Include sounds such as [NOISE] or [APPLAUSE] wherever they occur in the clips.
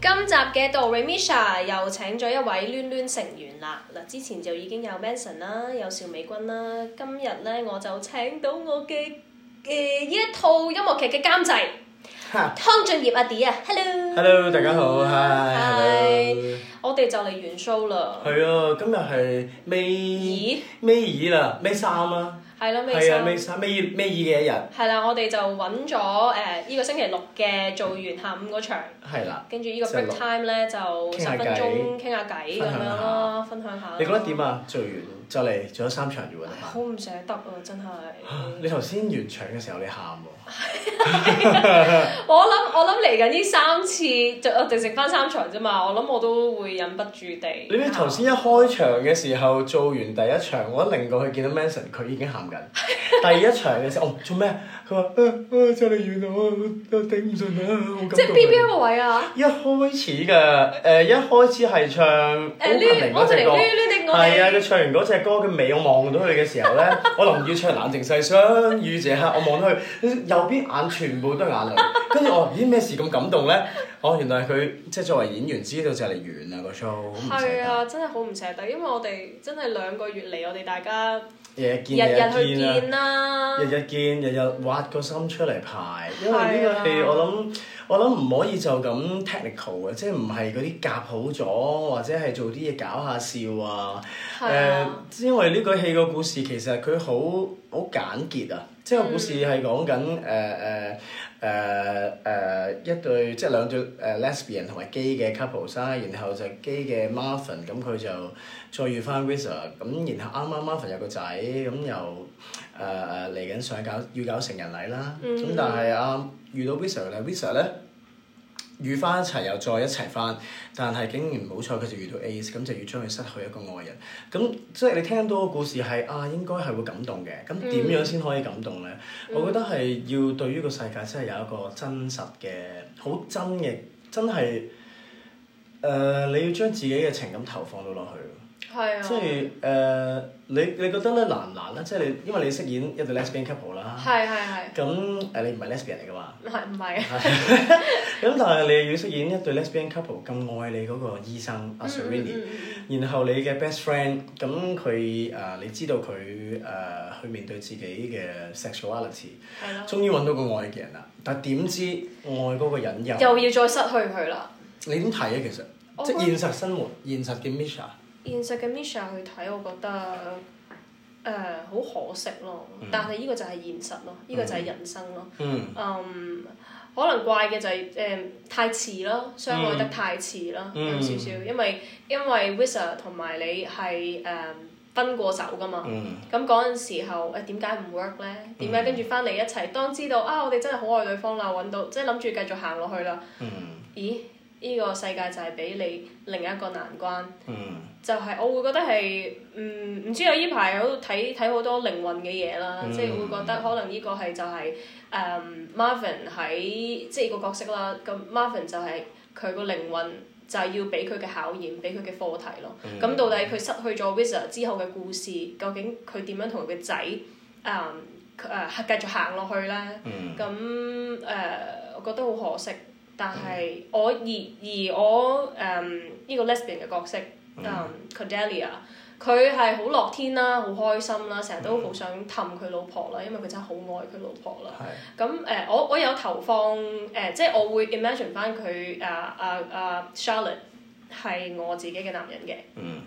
今集嘅 Do Re Mi Sha 又請咗一位攣攣成員啦。嗱，之前就已經有 Manson 啦，有邵美君啦。今日咧我就請到我嘅嘅呢一套音樂劇嘅監製哈湯俊業阿 D 啊，Hello。 Hello，大家好， Hi hi，我哋就嚟完 show 啦。係啊，今日係尾咦？尾二啦，尾三啦，係咯，未係啊，收尾。三尾二尾二嘅一日，係啦，我哋就揾咗誒呢個星期六嘅做完下午嗰場，係啦。跟住呢個星期 break 六 time 咧就傾十下分偈鐘傾下偈咁分享樣啦，分享下。你覺得點？啊？做完就嚟，仲有三場要揾好唔捨得啊！真係。你頭先完場嘅時候你喊喎，我諗我諗嚟緊呢三次，就我淨剩翻三場啫嘛。我諗我都會忍不住地。你知頭先一開場嘅時候做完第一場，我一擰過去見到 Manson 佢已 [LAUGHS] 經喊緊。第一場嘅時候，哦做咩？佢話啊啊就嚟完啦，我我頂唔順啦，好感動啊。即係邊邊一個位啊？一開始嘅誒、一開始係唱高誒柏攣寧我嗰就嚟隻歌，攣攣定我係啊！哋。佢唱完嗰隻歌嘅尾，我望到佢嘅時候咧，我臨要唱《冷靜細想與這刻》，我望到佢右邊眼全部都係眼淚，跟住我話咦咩事咁感動咧？哦，原來佢即係作為演員知道就嚟完啦個 show，好唔捨係得啊，真係好唔捨得，因為我哋真係兩個月嚟，我哋大家日日日見日去見啦。見啦日。日見，日日挖個心出嚟排，因為啊係呢啊個戲我諗我諗唔可以就咁 technical 嘅，即係唔係嗰啲夾好咗，或者係做啲嘢搞下笑啊。誒、係啊。因為呢個戲個故事其實佢好好簡潔啊，即係個故事係講緊誒誒誒誒一對即係兩對誒 lesbian 同埋 gay 嘅 couple 啦，然後就 gay 嘅 Marvin 咁佢就再遇翻 Risa 咁，然後啱啱 Marvin 有個仔咁又。誒誒嚟緊想搞要搞成人禮啦，咁、嗯但係啊遇到 Visa 咧，Visa 咧遇翻一齊又再一齊翻，但係竟然唔好彩佢就遇到 Ace，咁就要將佢失去一個愛人。咁即係你聽到個故事係啊，應該係會感動嘅。咁點樣先可以感動咧？我覺得係要對於個世界真係有一個真實嘅、好真嘅，真係誒、呃你要將自己嘅情感投放到落去。係啊。即係誒、你你覺得咧難唔難咧？即係你因為你飾演一對 lesbian couple 啦，係係係。咁誒、你唔係 lesbian 嚟噶嘛？係唔係啊？咁但係你又要飾演一對 lesbian couple 咁愛你嗰個醫生阿嗯 s e r 嗯 e n i 嗯嗯然後你嘅 best friend，咁佢呃誒你知道佢誒、呃去面對自己嘅 sexuality，嗯係咯。終於揾到個愛嘅人啦。但係點知愛嗰個人又又要再失去佢啦。你點睇啊？其實我即覺得係現實生活、現實嘅 Misha，現實嘅 Misha 去睇，我覺得誒好、可惜咯。嗯但係呢個就係現實咯，呢、個就係人生咯。嗯嗯，可能怪嘅就係、誒、太遲咯，相愛得太遲啦，嗯有少少。因為因為 Visa 同埋你係誒、分過手噶嘛。嗯。咁嗰陣時候，誒點解唔 work 咧？點解嗯跟住翻嚟一齊？當知道啊，我哋真係好愛對方啦，揾到即係諗住繼續行落去啦。嗯咦？呢、個世界就係俾你另一個難關。嗯就係我會覺得係，嗯，唔知有呢排喺度睇睇好多靈魂嘅嘢啦，嗯即係會覺得可能呢個係就係、誒、Marvin 喺即係個角色啦，咁 Marvin 就係佢個靈魂就係要俾佢嘅考驗，俾佢嘅課題咯。嗯咁、到底佢失去咗 Wizard 之後嘅故事，究竟佢點樣同佢嘅仔誒誒繼續行落去咧？嗯咁誒、我覺得好可惜。但係我而而我誒呢、個 lesbian 嘅角色，誒 Cordelia，佢係好樂天啦，好開心啦，成日都好想氹佢老婆啦，因為佢真係好愛佢老婆啦。係。咁誒、我我有投放誒、即係我會 imagine 翻佢誒啊啊 Charlotte 係我自己嘅男人嘅。嗯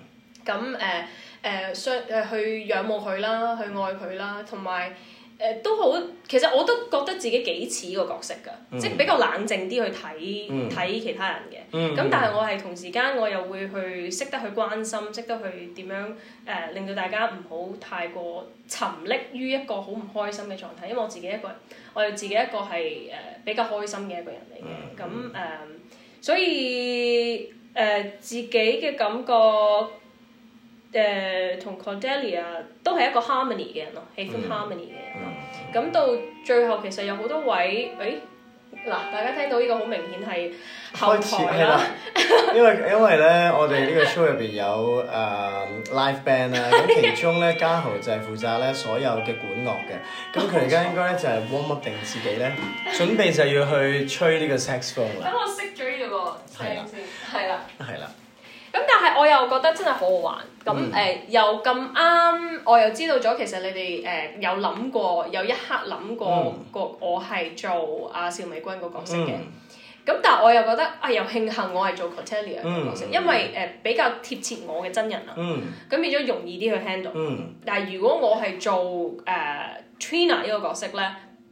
咁誒誒相誒去仰慕佢啦，去愛佢啦，同埋誒都好。其實我都覺得自己幾似個角色㗎，嗯即係比較冷靜啲去睇睇、嗯其他人嘅。嗯咁、但係我係同時間我又會去識得去關心，識得去點樣誒、令到大家唔好太過沉溺於一個好唔開心嘅狀態，因為我自己一個人，我有自己一個係誒、呃比較開心嘅一個人嚟嗯嘅，咁誒、呃所以誒、自己嘅感覺誒同、Cordelia 都係一個 harmony 嘅人咯，喜歡嗯 harmony 嘅人咯。嗯咁到最後其實有好多位，誒、嗱，大家聽到呢個好明顯係後開始台係啦啦。，因為因為咧，我哋呢個 show 入邊有誒、live 呃 band [LAUGHS] 啦，咁其中咧嘉豪就係負責咧所有嘅管樂嘅，咁佢而家應該咧就係 warm up 定自己咧，準備就要去吹呢個 saxophone 啦。等我熄咗呢個係聲啦先，係啦。係啦，咁但係我又覺得真係好好玩，咁誒、嗯呃又咁啱，我又知道咗其實你哋誒、呃有諗過，有一刻諗過嗯個、我係做阿邵美君個角色嘅，咁、嗯但係我又覺得啊又慶幸我係做 Cortelia 嘅角色，嗯因為誒、呃比較貼切我嘅真人啊，嗯咁變咗容易啲去 handle。嗯但係如果我係做誒、呃 Trina 呢個角色咧，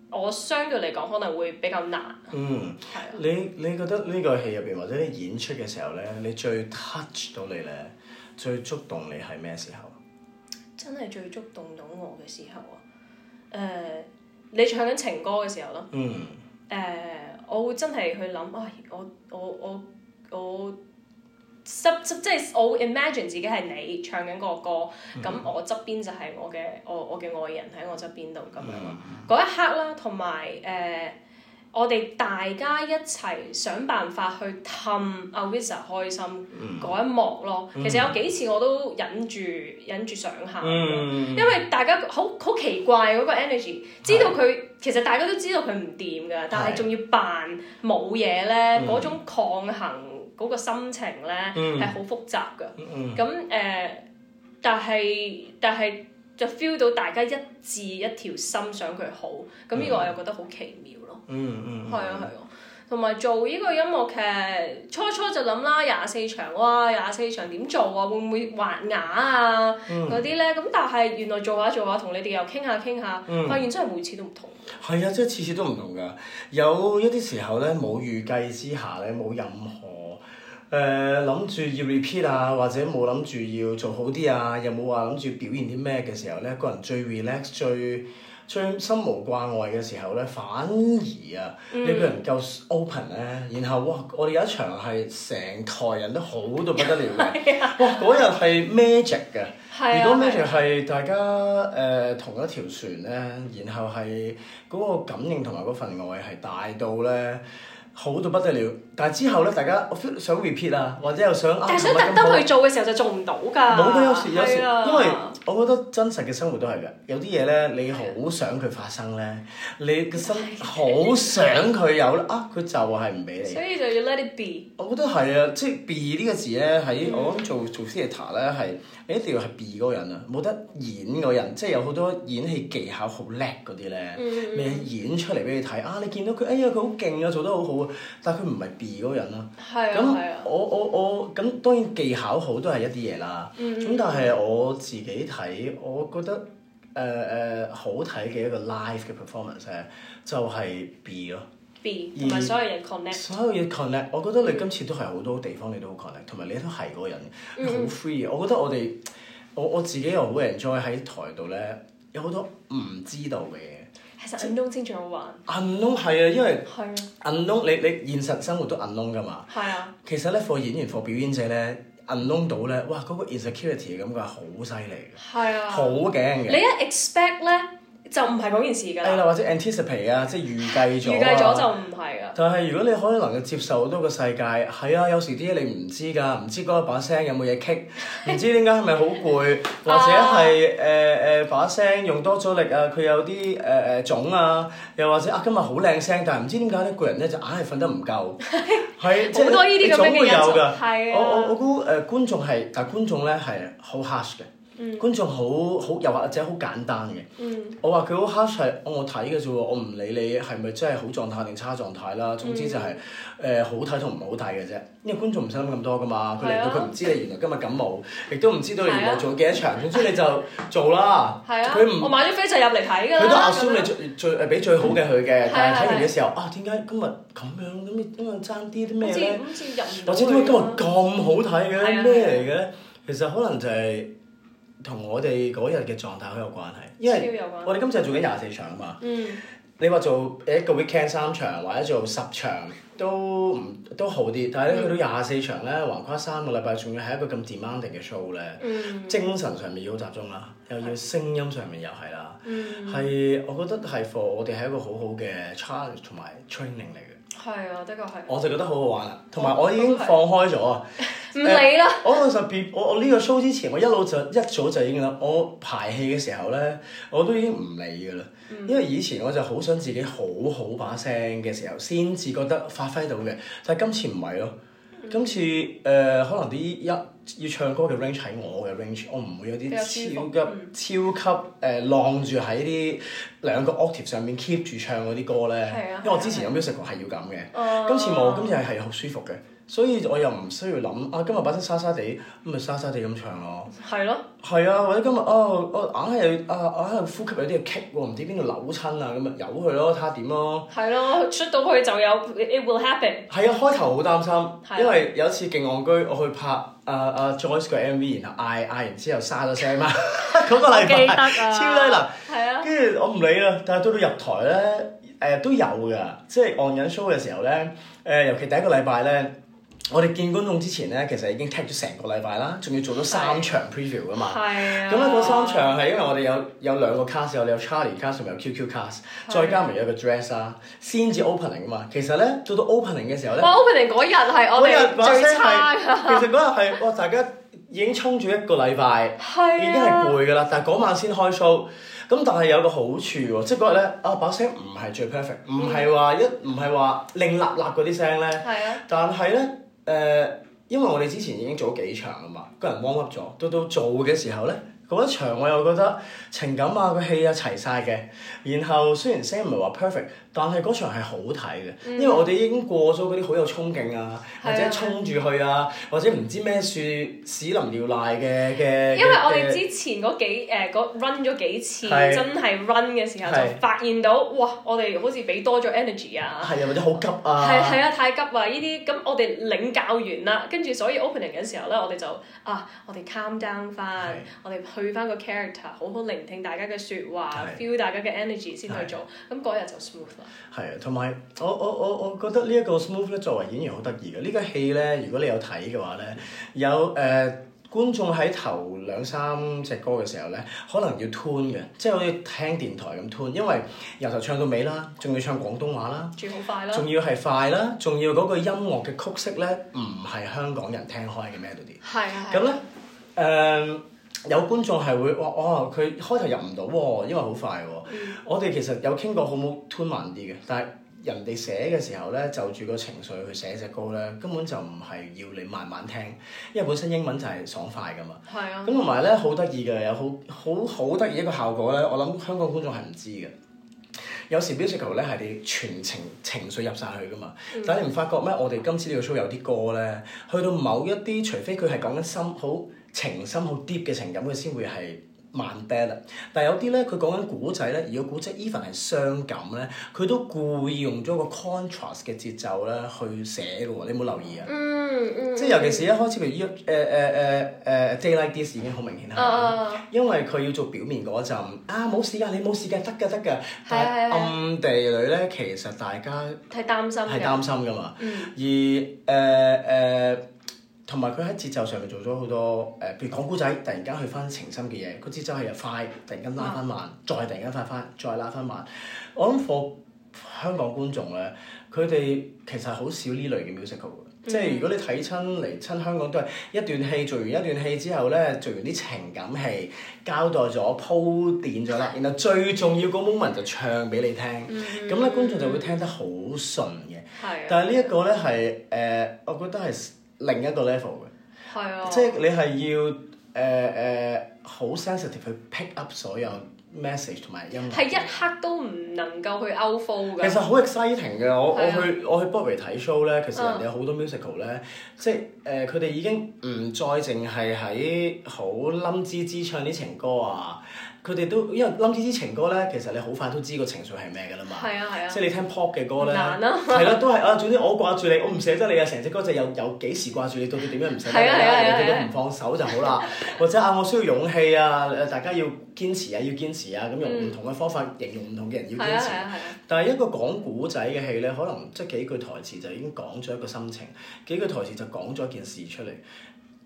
我相對嚟講可能會比較難，嗯，係啊。你你覺得呢個戲入邊或者你演出嘅時候咧，你最 touch 到你咧，最觸動你係咩時候？真係最觸動到我嘅時候啊！誒、你唱緊情歌嘅時候咯，嗯誒、我會真係去諗啊！我我我我執執即係我會 imagine 自己係你唱緊嗰個歌，咁、我側邊就係我嘅我我嘅愛人喺我側邊度咁樣咯。嗰、一刻啦，同埋誒，我哋大家一齊想辦法去氹阿 Visa 開心嗰一幕咯。其實有幾次我都忍住忍住想喊嘅。嗯，因為大家好好奇怪嗰個 energy，知道佢其實大家都知道佢唔掂㗎，但係係仲要扮冇嘢咧，嗯嗰種抗衡嗰個心情咧嗯係好複雜㗎。嗯咁誒、呃但係但係就 feel 到大家一致一條心想佢好，咁呢個我又覺得好奇妙咯。嗯嗯，係啊係啊，同埋做呢個音樂劇，初初就諗啦，廿四場哇，廿四場點做啊？會唔會滑牙啊嗯嗰啲咧？咁但係原來做下做下，同你哋又傾下傾下，嗯發現真係每次都唔同。係啊，即係次次都唔同㗎。有一啲時候咧，冇預計之下咧，冇任何誒諗住要 repeat 啊，或者冇諗住要做好啲啊，又冇話諗住表現啲咩嘅時候咧，個人最 relax 最。最心無掛礙嘅時候咧，反而啊，你個人夠 open 咧，然後哇，我哋有一場係成台人都好到不得了嘅，哇！嗰日係 magic 嘅，係啊如果咩係就啊係大家誒、同一條船咧，然後係嗰個感應同埋嗰份愛係大到咧好到不得了，但係之後咧大家我 feel 想 repeat 啊，或者又想啊但係想特登去做嘅時候就做唔到㗎。冇嘅，有時有時，係啊因為我覺得真實嘅生活都係嘅，有啲嘢咧你好想佢發生咧，你個心好想佢有啦，啊佢就係唔俾你所。以就要 let it be。我覺得係啊，即係 be 呢個字咧，喺我諗做做 theatre 咧係，你一定要係 be 嗰個人啊，冇得演嗰個人，即係有好多演戲技巧好叻嗰啲咧，嗯你係演出嚟俾你睇啊，你見到佢，哎呀佢好勁啊，做得好好啊，但係佢唔係 be 嗰個人啦。係啊係咁啊。我我我咁當然技巧好都係一啲嘢啦，咁、嗯但係我自己睇，我覺得誒誒、呃好睇嘅一個 live 嘅 performance 咧，就係 be 咯。 B 同埋所有人 connect，所有嘢 connect，我覺得你今次都係好多地方你都好 connect，同埋你都係嗰個人，嗯你好 free 啊嘅。我覺得我哋我我自己又好 enjoy 喺台度咧，有好多唔知道嘅嘢。其實暗中先最好玩。 unknown 係啊，因為係啊 unknown 你你現實生活都 unknown 㗎嘛。係啊，其實咧，for 演員 for 表演者咧，unknown 到咧，哇嗰、個 insecurity 嘅感覺係好犀利嘅，係啊。好驚你嘅。一 expect 咧就唔係嗰件事㗎係啦，啦，或者 anticipate 啊，即係預計咗預啊。計咗就唔係啊㗎。但係如果你可以能夠接受到個世界，係啊，有時啲嘢你唔知㗎，唔知嗰一把聲有冇 [LAUGHS] 嘢棘，唔知點解係咪好攰，啊或者係誒誒把聲用多咗力啊，佢有啲誒誒腫啊，又或者啊今日好靚聲，但係唔知點解呢個人咧就硬係瞓得 [LAUGHS] 唔夠，係即係好多呢啲你咁樣嘅總會有因素㗎。係啊我我我估誒觀眾係，但係觀眾咧係好 harsh 嘅。嗯觀眾好好又或者好簡單嘅，我話佢好 harsh 係我睇嘅啫喎，我唔理你係咪真係好狀態定差狀態嗯啦，總之就係、誒、好睇同唔好睇嘅啫，因為觀眾唔使諗咁多噶嘛，佢嚟到係啊佢唔知你原來今日感冒，亦都唔知道你原係來啊做幾多場，總之你就做啦。係啊，佢唔我買咗飛就入嚟睇㗎啦。佢都 assume 你咁樣最最呃誒俾最好嘅佢嘅，但係睇完係嘅時候啊，點解今日咁樣咁今日爭啲啲好咩似咧？好似入唔到或者點解今日去咁好睇係啊嘅咩嚟嘅咧？其實可能就係同我哋嗰日嘅狀態好有關係，因為超有關我哋今次係做緊廿四場啊嘛。嗯，你話做一個 weekend 三場或者做十場都唔都好啲，但係咧去到廿四場咧，橫跨三個禮拜，仲要係一個咁 demanding 嘅 show 咧，嗯精神上面要好集中啦，又要聲音上面又係啦，嗯係、我覺得係 for 我哋係一個好好嘅 challenge 同埋 training 嚟嘅。係啊，的確係。我就覺得好好玩啦，同埋我已經放開咗啊！唔理啦，我老實別，我我呢個 show 之前，我一路就一早就已經諗，我排戲嘅時候咧，我都已經唔理㗎啦。嗯因為以前我就好想自己好好把聲嘅時候，先至覺得發揮到嘅。但係今次唔係咯，嗯今次誒、呃可能啲一要唱歌嘅 range 喺我嘅 range，我唔會有比啲較舒服嗯超級、超級誒、呃、浪住喺啲兩個 octave 上面 keep 住唱嗰啲歌咧。係啊因為我係啊之前有 musical 係要咁嘅，哦今次冇，今次係係好舒服嘅，所以我又唔需要諗啊，今日把聲沙沙地，咁咪沙沙地咁唱咯。係咯，係啊，或者今日哦，我硬係有啊，我喺度呼吸有啲嘢棘喎，唔知邊度扭親啊，咁啊由佢咯，睇下點咯。係咯，出到去就有，it will happen。係啊，開頭好擔係心，啊因為有一次勁戇居，我去拍啊啊 Joyce 個 MV，然後嗌嗌完之後沙 [LAUGHS] 咗聲嘛，嗰個禮記得拜啊超低能。係啊，跟住我唔理啦，但係到到入台咧，誒、都有㗎，即係按緊 show 嘅時候咧，誒、尤其第一個禮拜咧，我哋見觀眾之前咧，其實已經踢咗成個禮拜啦，仲要做咗三場 preview 㗎嘛。係啊。咁咧嗰三場係因為我哋有有兩個 cast，有有 Charlie cast 同埋有 QQ cast，係再加埋有個 dress 啦，先至 opening 啊嘛。其實咧到到 opening 嘅時候咧，哇！opening 嗰日係我嗰日把哋聲最差㗎，係其實嗰日係哇，大家已經衝住一個禮拜。係啊，已經係攰㗎啦，但係嗰晚先開 show，咁但係有個好處喎，即係嗰日咧啊把聲唔係最 perfect，唔係話一唔係話令立立嗰啲聲咧，係啊，但係咧誒，因為我哋之前已經做咗幾場啊嘛，個人 warm up 咗，到到做嘅時候咧。嗰一場我又覺得情感啊個戲啊齊晒嘅，然後雖然聲唔係話 perfect，但係嗰場係好睇嘅，因為我哋已經過咗嗰啲好有衝勁啊，或嗯係者啊衝住去啊，或者唔知咩樹屎淋尿瀨嘅嘅。因為我嘅哋之前嗰幾誒嗰 run 咗幾次，係真係 run 嘅時候係就發現到，哇！我哋好似俾多咗 energy 啊！係啊，或者好急啊，係係啊，太急啊！呢啲咁我哋領教完啦，跟住所以 opening 嘅時候咧，我哋就啊，我哋 calm down 係翻，我哋去翻個 character，好好聆聽大家嘅説話係，feel 大家嘅 energy 先去做。咁嗰日就 smooth 啦。係啊，同埋我我我我覺得呢一個 smooth 咧，作為演員好得意嘅。呢個戲咧，如果你有睇嘅話咧，有誒、呃、觀眾喺頭兩三隻歌嘅時候咧，可能要 tune 嘅，即係好似聽電台咁 tune，因為由頭唱到尾啦，仲要唱廣東話啦。轉好快啦，仲要係快啦，仲要嗰個音樂嘅曲式咧，唔係香港人聽開嘅 melody。係啊，係咁啊咧，誒、有觀眾係會話，哇！佢開頭入唔到喎，因為好快喎。我哋其實有傾過好唔好 tune 慢啲嘅，但係人哋寫嘅時候咧，就住個情緒去寫隻歌咧，根本就唔係要你慢慢聽，因為本身英文就係爽快噶嘛。係啊咁，同埋咧，好得意嘅，有好好好得意一個效果咧，我諗香港觀眾係唔知嘅。有時 musical 咧係你全情情緒入晒去噶嘛，嗯但係你唔發覺咩？我哋今次呢個 show 有啲歌咧，去到某一啲，除非佢係講緊深好情深好 deep 嘅情感，佢先會係慢 bad 啦。但係有啲咧，佢講緊古仔咧，如果古仔 even 係傷感咧，佢都故意用咗個 contrast 嘅節奏咧去寫嘅喎，你有冇留意啊？嗯嗯， [LAUGHS] 即係尤其是一呃開始譬如依誒誒誒誒 day like this 呃已經好明顯啊係，啊啊因為佢要做表面嗰陣啊冇事㗎，你冇事㗎，得㗎得㗎，但係啊係係係暗地裏咧，其實大家太擔心係嘅，擔心㗎嘛，嗯而呃誒誒同埋佢喺節奏上面做咗好多誒，譬如講古仔，突然間去翻情深嘅嘢，個節奏係由快，突然間拉翻慢，再突然間快翻，再拉翻慢。我諗 for 香港觀眾咧，佢哋其實好少呢類嘅 musical 嘅。即係如果你睇親嚟親香港都係一段戲做完一段戲之後咧，做完啲情感戲，交代咗鋪墊咗啦，然後最重要個 moment 就唱俾你聽，咁咧、觀眾就會聽得好順嘅。係啊，但係呢一個咧係誒，我覺得係另一個 level 係啊，嘅，即係你係要誒誒好 sensitive 去 pick up 所有 message 同埋音樂。係一刻都唔能夠去 out full 其㗎。實好 exciting 嘅，我係我啊去我去 Broadway 睇 show 咧，其實人嗯哋有好多 musical 咧，即係誒佢哋已經唔再淨係喺好冧滋滋唱啲情歌啊，佢哋都因為冧滋滋情歌咧，其實你好快都知個情緒係咩㗎啦嘛。係啊係啊即，係你聽 pop 嘅歌咧，難啦係啦，都係啊。總之我掛住你，我唔捨得你啊！成隻歌就有有幾時掛住你，到底點樣唔捨得你係啊係啊啦？你係啊哋都唔放手就 [LAUGHS] 好啦。或者啊，我需要勇氣啊！誒大家要堅持啊，要堅持啊！咁用唔同嘅方法形容唔同嘅人要係堅啊持係。啊係啊，但係一個講古仔嘅戲咧，可能即係幾句台詞就已經講咗一個心情，幾句台詞就講咗一件事出嚟，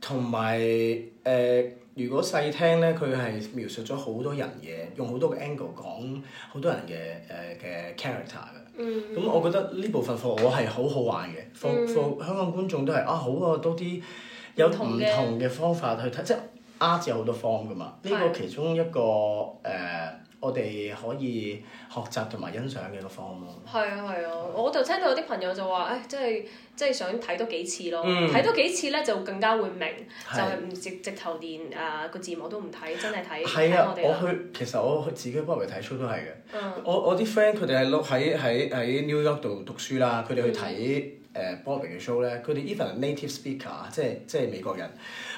同埋誒，如果細聽咧，佢係描述咗好多人嘅，用好多個 angle 講好多人呃嘅誒嘅 character 嘅。嗯。咁我覺得呢部分課我係好好玩嘅課嗯課香港觀眾都係啊好啊，多啲有唔唔同嘅同嘅方法去睇，即係 art 有好多 form 噶嘛。呢個係其中一個誒、呃我我哋可以學習同埋欣賞嘅一個方案咯。係啊係啊，我就聽到有啲朋友就話，誒，即係即係想睇多幾次咯，嗯睇、多幾次咧就更加會明，就係係唔直直頭連啊個字幕都唔睇，真係睇係睇啊我，哋啦。我去其實我自己幫人睇 show 都係嘅。嗯我我啲 friend 佢哋係 look 喺喺喺 New York 度讀書啦，佢哋去嗯睇誒 Bobby 嘅 show 咧，佢哋 even native speaker 啊即係即係美國人，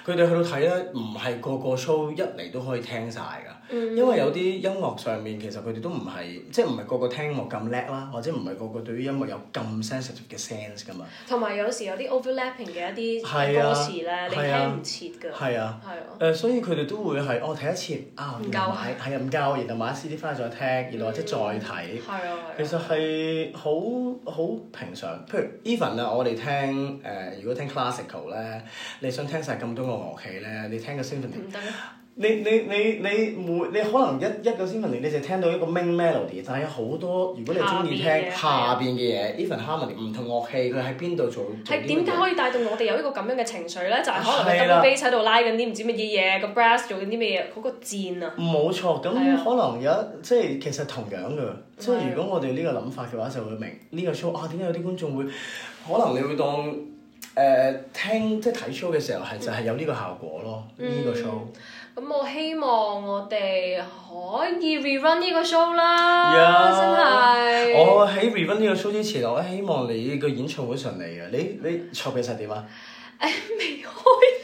佢哋去到睇咧，唔係個個 show 一嚟都可以聽晒㗎，嗯因為有啲音樂上面其實佢哋都唔係即係唔係個個聽音樂咁叻啦，或者唔係個個對於音樂有咁 sensitive 嘅 sense 㗎嘛，同埋有時有啲 overlapping 嘅一啲係啊歌詞咧，你係啊聽唔切㗎。係係啊。啊，誒、所以佢哋都會係，我、睇一次啊，唔然後夠買係啊唔夠，然後買 CD 翻去再聽，然後或者再睇。係啊，其係實啊。係好好平常，譬如 even 啊，我哋聽誒、呃如果聽 classical 咧，你想聽晒咁多個樂器咧，你聽個 symphony，唔得啊，你你你你每你可能一一個 symphony 你就聽到一個 main melody，但係有好多如果你中意聽下下邊邊嘅嘢，even harmony 唔同樂器佢喺邊度做做係啲點乜解嘢可以帶動我哋有一個咁樣嘅情緒咧？就係、可能係個啦 double bass 喺度拉緊啲唔知乜嘢嘢，個 brass 做緊啲乜嘢，嗰、個箭啊，冇錯，咁可係啊能有一即係其實同樣嘅，即係啊係如果我哋呢個諗法嘅話，就會明呢個 show 啊點解有啲觀眾會可能你會當誒、呃、聽即係睇 show 嘅時候係就係有呢個效果咯，嗯呢、個 show。咁我希望我哋可以 rerun 呢個 show 啦 Yeah 啊真係。我啊喺 review 呢個 show 之前，我希望你個演唱會順利嘅。你你籌備實點啊？未開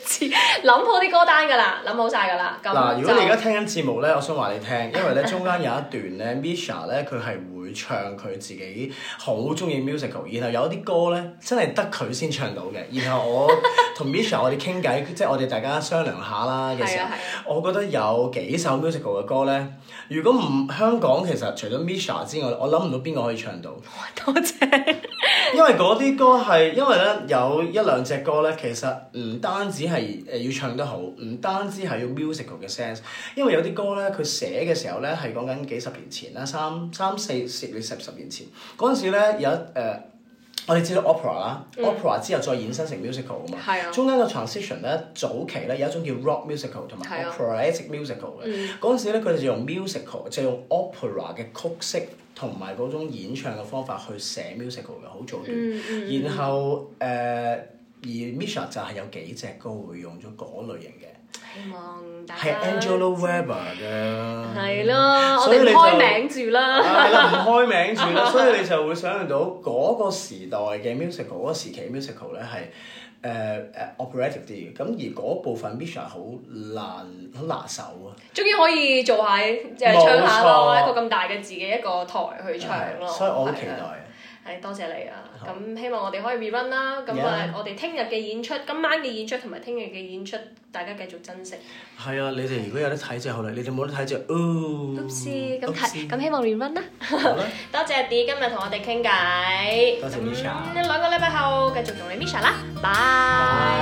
始諗好啲歌單㗎啦，諗好晒㗎啦。咁嗱，如果你而家家聽緊節目咧，我想話你聽，[LAUGHS] 因為咧中間有一段咧，Misha 咧佢係會唱佢自己好中意 musical，然後有啲歌咧真係得佢先唱到嘅。然後 [LAUGHS] 我同 Misha 我哋傾偈，即係我哋大家商量下啦嘅時係啊係啊候，我覺得有幾首 musical 嘅歌咧，如果唔香港其實除咗 Misha 之外，我諗唔到邊個可以唱到。 [LAUGHS] 多謝。 [LAUGHS] 因為嗰啲歌係，因為咧有一兩隻歌咧，其實唔單止係呃誒要唱得好，唔單止係要 musical 嘅 sense，因為有啲歌咧佢寫嘅時候咧係講緊幾十年前啦，三三四四十十年前嗰陣時咧有一誒。呃我哋知道 opera 啦、o p e r a 之後再衍生成 musical 啊嘛，嗯係啊中間個 transition 咧早期咧有一種叫 rock musical 同埋係啊嗯 operatic musical 嘅，嗰陣、時咧佢哋就用 musical 就用 opera 嘅曲式同埋嗰種演唱嘅方法去寫 musical 嘅，好早段。嗯然後誒、呃而 Misha 就係有幾隻歌會用咗嗰類型嘅，希望大係家 Angelo Weber 嘅。係啦，我所以哋唔你就啊開名住啦。係啦，唔開名住啦， [LAUGHS] 所以你就會想象到嗰個時代嘅 musical，嗰個時期 musical 咧係誒誒 operative 啲嘅，咁而嗰部分 Misha 好難好拿手啊，終於可以做下誒冇唱下咯，錯一個咁大嘅自己一個台去唱咯。所以我好期係啊待啊。係多謝你啊！咁希望我哋可以 rerun 啦。咁 Yeah 啊，我哋聽日嘅演出、今晚嘅演出同埋聽日嘅演出，大家繼續珍惜。係啊，你哋如果有得睇就好啦，你哋冇得睇就 Oops，哦。咁睇， Oopsie 咁希望 rerun 啦。好 [LAUGHS] 啦，多謝 D 今日同我哋傾偈，多謝 Misha 咁兩個禮拜後繼續同你 Misha 啦，拜。